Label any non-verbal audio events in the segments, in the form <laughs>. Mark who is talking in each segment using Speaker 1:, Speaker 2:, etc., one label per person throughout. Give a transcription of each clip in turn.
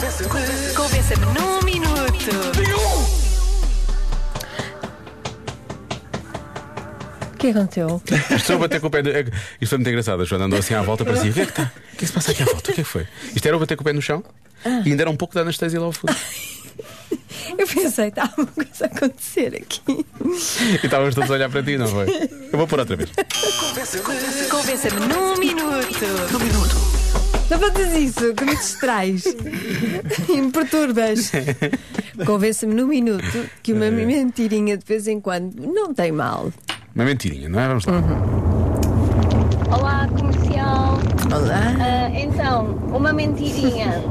Speaker 1: Convença-me. Convença-me num minuto.
Speaker 2: O que
Speaker 3: <laughs>
Speaker 2: aconteceu?
Speaker 3: Estou a bater com o pé. no- é que- Isto foi muito engraçado. A Joana andou assim à volta para si. O que é que está? O que é que se passa aqui à volta? O que é que foi? Isto era eu bater com o pé no chão
Speaker 2: Ah.
Speaker 3: e ainda era um pouco da Anastasia Lovegood.
Speaker 2: Eu pensei, está alguma coisa a acontecer aqui.
Speaker 3: E estávamos todos a olhar para ti, não foi? Eu vou pôr outra vez.
Speaker 1: Convença-me num minuto.
Speaker 2: Não fazes isso, que me
Speaker 3: <laughs>
Speaker 2: distrais. e me perturbas. Convença-me num minuto que
Speaker 3: É.
Speaker 2: uma mentirinha de vez em quando não tem mal.
Speaker 3: Uma mentirinha, não é? Vamos lá.
Speaker 2: Uhum.
Speaker 4: Olá, comercial.
Speaker 2: Olá.
Speaker 4: Ah, então, uma mentirinha.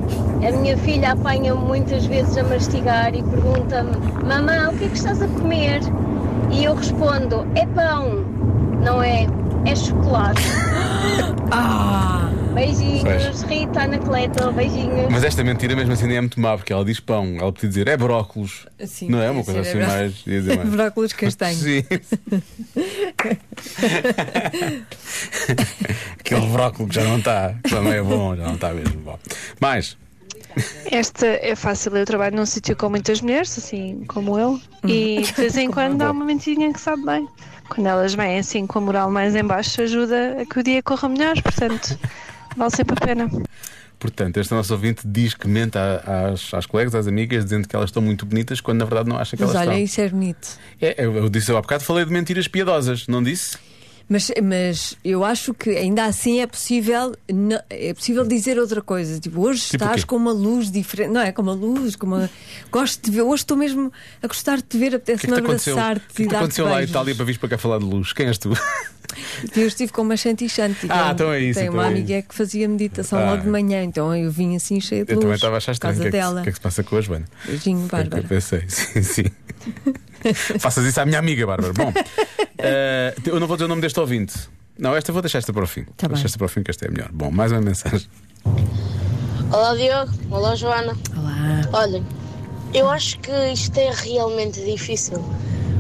Speaker 4: A minha filha apanha-me muitas vezes a mastigar e pergunta-me: Mamã, o que é que estás a comer? E eu respondo: É pão. Não é? É chocolate. Beijinhos, Rita, Ana Coleta, beijinhos.
Speaker 3: Mas esta mentira, mesmo assim, nem é muito má, porque ela diz pão. Ela podia dizer é brócolos.
Speaker 2: Sim,
Speaker 3: não é?
Speaker 2: podia
Speaker 3: Uma coisa
Speaker 2: ser,
Speaker 3: assim
Speaker 2: é bró-
Speaker 3: mais.
Speaker 2: <laughs>
Speaker 3: ia dizer mais.
Speaker 2: Brócolos castanhos. <laughs>
Speaker 3: Sim. Aquele brócolis que já não está, já não é bom, já não está mesmo bom. Mais,
Speaker 5: Esta é fácil, eu trabalho num sítio com muitas mulheres, assim como eu,
Speaker 6: Uhum.
Speaker 5: e
Speaker 6: <laughs>
Speaker 5: de vez em quando há uma mentirinha que sabe bem. Quando elas vêm assim com a moral mais em baixo, ajuda a que o dia corra melhor, portanto,
Speaker 6: <laughs>
Speaker 5: vale sempre a pena.
Speaker 3: portanto, este nosso ouvinte diz que mente a- às, às colegas, às amigas, dizendo que elas estão muito bonitas, quando na verdade não acha que
Speaker 2: Mas
Speaker 3: elas
Speaker 2: olha,
Speaker 3: estão.
Speaker 2: isso é bonito.
Speaker 3: É, eu, eu disse eu há bocado, falei de mentiras piedosas, não disse?
Speaker 2: Mas, mas eu acho que ainda assim é possível, n- é possível dizer outra coisa. Tipo, hoje
Speaker 3: Tipo o
Speaker 2: estás
Speaker 3: quê?
Speaker 2: com uma luz diferente. Não é? Com uma luz, com uma. Gosto de ver. Hoje estou mesmo a gostar de te ver,
Speaker 3: O que é
Speaker 2: apetece-me
Speaker 3: que te aconteceu, O
Speaker 2: abraçar-te
Speaker 3: que é
Speaker 2: e
Speaker 3: que te
Speaker 2: dar-te
Speaker 3: aconteceu lá em
Speaker 2: beijos.
Speaker 3: Itália para vir para cá falar de luz? Quem és tu? <laughs>
Speaker 2: Eu estive com uma Shanti Shanti.
Speaker 3: Ah,
Speaker 2: Tem-
Speaker 3: então é isso,
Speaker 2: Tem
Speaker 3: então
Speaker 2: uma
Speaker 3: é
Speaker 2: amiga que fazia meditação
Speaker 3: Ah.
Speaker 2: logo de manhã, então eu vim assim cheia de
Speaker 3: Eu
Speaker 2: luz.
Speaker 3: também estava a achar
Speaker 2: por
Speaker 3: estranho.
Speaker 2: causa
Speaker 3: O que, é que, se-
Speaker 2: dela.
Speaker 3: o que é que se passa com a Joana?
Speaker 2: Beijinho,
Speaker 3: Foi o que é
Speaker 2: Bárbara.
Speaker 3: eu pensei, <laughs>
Speaker 2: <laughs>
Speaker 3: sim, sim. Faças isso à minha amiga, Bárbara. Bom, eh, eu não vou dizer o nome deste ouvinte. Não, esta vou deixar esta para o fim.
Speaker 2: Tá
Speaker 3: vou deixar
Speaker 2: bem.
Speaker 3: esta para o fim, que esta é a melhor. Bom, mais uma mensagem.
Speaker 7: Olá Diogo, olá Joana.
Speaker 3: é
Speaker 2: Olá.
Speaker 7: Olhem, eu acho que isto é realmente difícil.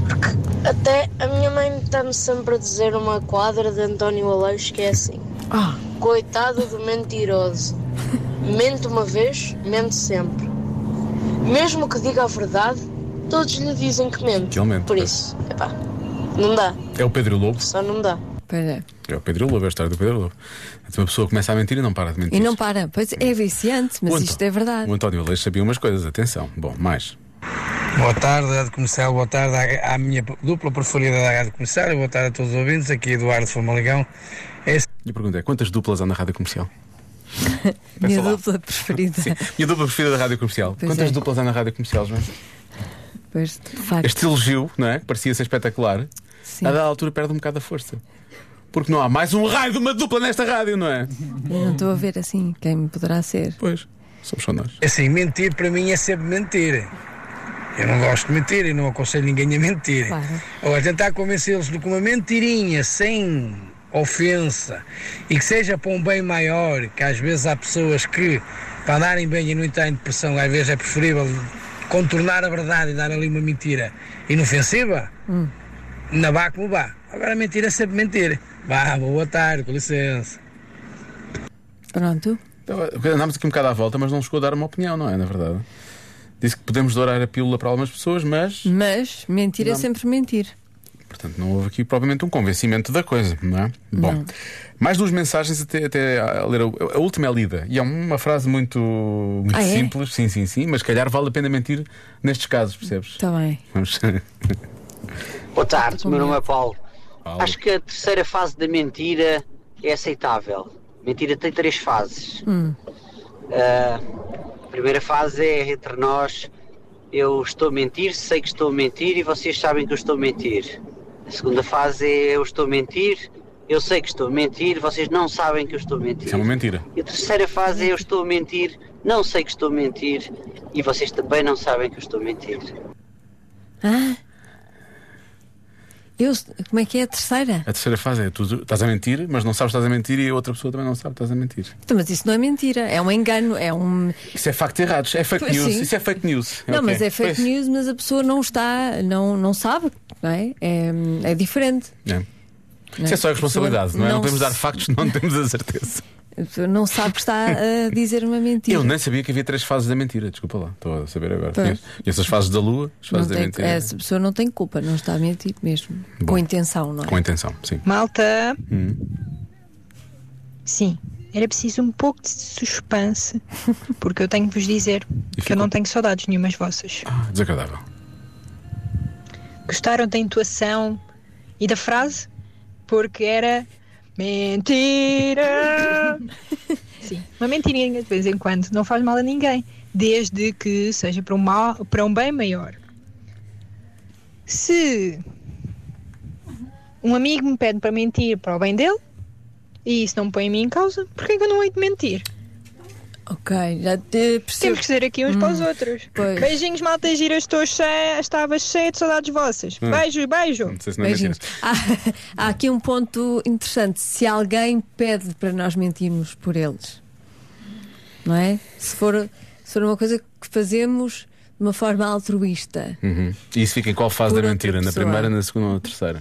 Speaker 7: Porque até a minha mãe está-me sempre a dizer uma quadra de António Aleixo que é assim:
Speaker 2: Ah,
Speaker 7: Coitado do mentiroso. Mente uma vez, mente sempre. Mesmo que diga a verdade, todos lhe dizem que mente.
Speaker 3: Que ele mente,
Speaker 7: Por
Speaker 3: pois.
Speaker 7: isso, epá, não dá,
Speaker 3: É o Pedro Lobo.
Speaker 7: só não dá.
Speaker 2: pera.
Speaker 3: É o Pedro Lobo, é a história do Pedro Lobo. Portanto, Uma pessoa começa a mentir e não para de mentir.
Speaker 2: E não para. Pois é viciante, mas
Speaker 3: O Anto-
Speaker 2: isto é verdade.
Speaker 3: O António Aleixo sabia umas coisas, atenção. Bom, mais.
Speaker 8: Boa tarde, Rádio Comercial, boa tarde à, à minha dupla preferida da Rádio Comercial e boa tarde a todos os ouvintes, aqui Eduardo Famaligão.
Speaker 3: E a pergunta é: quantas duplas há na
Speaker 2: <laughs>
Speaker 3: rádio comercial?
Speaker 2: Minha
Speaker 3: lá.
Speaker 2: dupla preferida.
Speaker 3: Sim. Minha dupla preferida da rádio comercial.
Speaker 2: Pois
Speaker 3: quantas
Speaker 2: é.
Speaker 3: duplas há na rádio comercial,
Speaker 2: <laughs>
Speaker 3: João?
Speaker 2: Pois, de facto.
Speaker 3: Este elogio, não é? Que parecia ser espetacular.
Speaker 2: Sim.
Speaker 3: A dada altura perde um bocado a força. Porque não há mais um raio de uma dupla nesta rádio, não é?
Speaker 2: Eu não estou a ver assim quem me poderá ser.
Speaker 3: Pois, somos só nós.
Speaker 8: Assim, mentir para mim é sempre mentir. Eu não gosto de mentir e não aconselho ninguém a mentir.
Speaker 2: Claro.
Speaker 8: Agora, tentar convencê-los de que uma mentirinha sem ofensa e que seja para um bem maior, que às vezes há pessoas que, para andarem bem e não entrarem em depressão, às vezes é preferível contornar a verdade e dar ali uma mentira inofensiva, na vá como vá. Agora, mentir é sempre mentir. Vá, boa tarde, com licença.
Speaker 2: Pronto.
Speaker 3: Estava- Andámos aqui um bocado à volta, mas não chegou a dar uma opinião, não é? Na verdade. Disse que podemos dourar a pílula para algumas pessoas,
Speaker 2: Uhum.
Speaker 3: mas.
Speaker 2: Mas mentir é sempre mentir.
Speaker 3: Portanto, não houve aqui propriamente um convencimento da coisa, não é? Bom, mais duas mensagens até, até a ler. A, a última é lida. E é uma frase muito, muito
Speaker 2: Ah, é?
Speaker 3: simples, sim, sim, sim, mas se calhar vale a pena mentir nestes casos, percebes?
Speaker 2: Está Tá bem.
Speaker 3: Vamos. <laughs>
Speaker 9: Boa tarde, meu nome é Paulo.
Speaker 3: Paulo.
Speaker 9: Acho que a terceira fase da mentira é aceitável. Mentira tem três fases. Ah, a primeira fase é entre nós, eu estou a mentir, sei que estou a mentir e vocês sabem que eu estou a mentir. A segunda fase é eu estou a mentir, eu sei que estou a mentir, vocês não sabem que eu estou a mentir.
Speaker 3: Isso é uma mentira.
Speaker 9: E a terceira fase é eu estou a mentir, não sei que estou a mentir e vocês também não sabem que eu estou a mentir.
Speaker 2: Ah? Eu, como é que é a terceira?
Speaker 3: A terceira fase é tu estás a mentir, mas não sabes que estás a mentir e a outra pessoa também não sabe que estás a mentir.
Speaker 2: Então, Mas isso não é mentira, é um engano, é um.
Speaker 3: Isso é facto errados, é fake
Speaker 2: Pois
Speaker 3: news.
Speaker 2: sim.
Speaker 3: Isso é fake news.
Speaker 2: Não,
Speaker 3: Ok.
Speaker 2: mas é fake
Speaker 3: Pois.
Speaker 2: news, mas a pessoa não está, não, não sabe, não é? É, é diferente.
Speaker 3: É.
Speaker 2: não
Speaker 3: Isso é só
Speaker 2: A pessoa
Speaker 3: irresponsabilidade, não é? Não podemos
Speaker 2: né? se-
Speaker 3: dar factos, não temos a certeza.
Speaker 2: A pessoa não sabe que está a
Speaker 3: <laughs>
Speaker 2: dizer uma mentira.
Speaker 3: Eu nem sabia que havia três fases da mentira, desculpa lá, estou a saber agora.
Speaker 2: Pois.
Speaker 3: E essas fases da lua, as
Speaker 2: Não
Speaker 3: fases da
Speaker 2: tem-
Speaker 3: mentira.
Speaker 2: essa é, pessoa não tem culpa, não está a mentir mesmo.
Speaker 3: é. Bom.
Speaker 2: Com intenção, não é?
Speaker 3: Com intenção, sim.
Speaker 6: Malta,
Speaker 3: Hum.
Speaker 6: sim, era preciso um pouco de suspense, porque eu tenho que vos dizer
Speaker 3: E
Speaker 6: que eu não
Speaker 3: ficou.
Speaker 6: tenho saudades nenhumas vossas.
Speaker 3: Ah, Desagradável.
Speaker 6: Gostaram da intuação e da frase? Porque era mentira! Sim, uma mentirinha de vez em quando não faz mal a ninguém, desde que seja para um, mal, para um bem maior. Se um amigo me pede para mentir para o bem dele e isso não me põe a mim em causa, porquê que eu não hei de mentir?
Speaker 2: Ok, já te percebo.
Speaker 6: Temos que ser aqui uns para
Speaker 5: Hum.
Speaker 6: os outros.
Speaker 2: pois.
Speaker 6: Beijinhos, malta gira, estou cheia, estava cheia de saudades vossas. Beijo, beijo!
Speaker 3: Não sei se não é
Speaker 2: Beijinhos. Ah,
Speaker 3: mentira.
Speaker 2: <laughs> Há, há aqui um ponto interessante. Se alguém pede para nós mentirmos por eles, não é? Se for, se for uma coisa que fazemos de uma forma altruísta,
Speaker 3: Uhum. E isso fica em qual fase
Speaker 2: Por
Speaker 3: da
Speaker 2: outra
Speaker 3: mentira? Na
Speaker 2: pessoa.
Speaker 3: primeira, na segunda ou na terceira?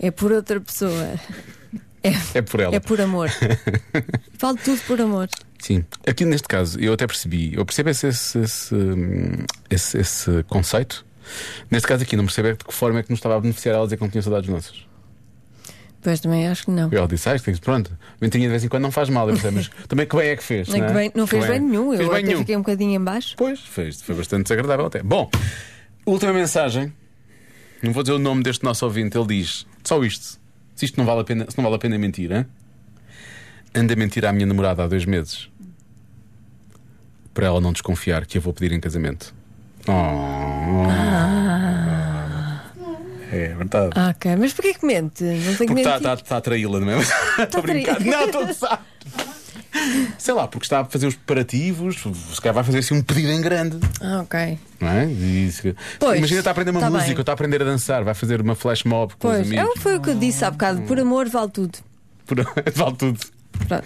Speaker 2: é por outra pessoa,
Speaker 3: É por ela.
Speaker 2: é por
Speaker 3: <laughs>
Speaker 2: amor. Falo tudo por amor.
Speaker 3: Sim. Aqui neste caso, eu até percebi, eu percebo esse, esse, esse, hum, esse- esse conceito. Neste caso aqui, não percebo é de que forma é que nos estava a beneficiar ela dizer que não tinha saudades nossas.
Speaker 2: Pois também acho que não.
Speaker 3: Ela disse, ah, isto tem que- pronto, mentirinha de vez em quando não faz mal, eu percebo,
Speaker 2: <laughs>
Speaker 3: mas também que bem é que fez.
Speaker 2: Não, é que bem- não fez
Speaker 3: Que
Speaker 2: bem nenhum, eu
Speaker 3: Fez bem
Speaker 2: até
Speaker 3: nenhum.
Speaker 2: fiquei um bocadinho em baixo.
Speaker 3: Pois, fez, foi bastante desagradável até. Bom, última mensagem. Não vou dizer o nome deste nosso ouvinte, ele diz só isto. Se isto não vale a pena, se não vale a pena mentir, hein? anda a mentir à minha namorada há dois meses para ela não desconfiar que eu vou pedir em casamento. Oh. É verdade.
Speaker 2: Ah, ok, mas porquê que mente? Não tem que
Speaker 3: Porque
Speaker 2: mentir. Tá
Speaker 3: está a traí-la, não é? <laughs> Estou a brincar.
Speaker 2: traí-la.
Speaker 3: Não, estou a usar. Sei lá, porque está a fazer os preparativos, se calhar vai fazer assim um pedido em grande.
Speaker 2: Ah, ok.
Speaker 3: Não é? E se-
Speaker 2: Pois,
Speaker 3: Imagina, está a aprender uma
Speaker 2: tá
Speaker 3: música,
Speaker 2: bem.
Speaker 3: ou está a aprender a dançar, vai fazer uma flash mob com os
Speaker 2: Pois, é,
Speaker 3: amigos. Hum.
Speaker 2: foi o que eu disse há bocado. Por amor vale tudo.
Speaker 3: <laughs> Por- Vale tudo.
Speaker 2: Pronto.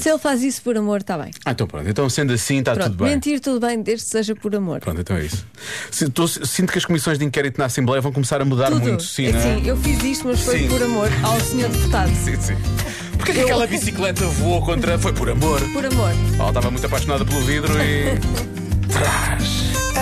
Speaker 2: Se ele faz isso por amor, está bem.
Speaker 3: Ah, então pronto, então sendo assim, está
Speaker 2: Pronto,
Speaker 3: tudo bem.
Speaker 2: mentir tudo bem, desde que seja por amor.
Speaker 3: Pronto, então é isso. Se- tô- Sinto que as comissões de inquérito na Assembleia vão começar a mudar
Speaker 2: Tudo.
Speaker 3: muito, sim,
Speaker 2: É,
Speaker 3: não é?
Speaker 2: sim, eu fiz isto, mas foi
Speaker 3: Sim.
Speaker 2: por amor ao senhor deputado.
Speaker 3: Sim, sim. Porquê que aquela bicicleta voou contra. Foi por amor.
Speaker 2: Por amor. <laughs>
Speaker 3: Ela estava muito apaixonada pelo vidro e. Trás.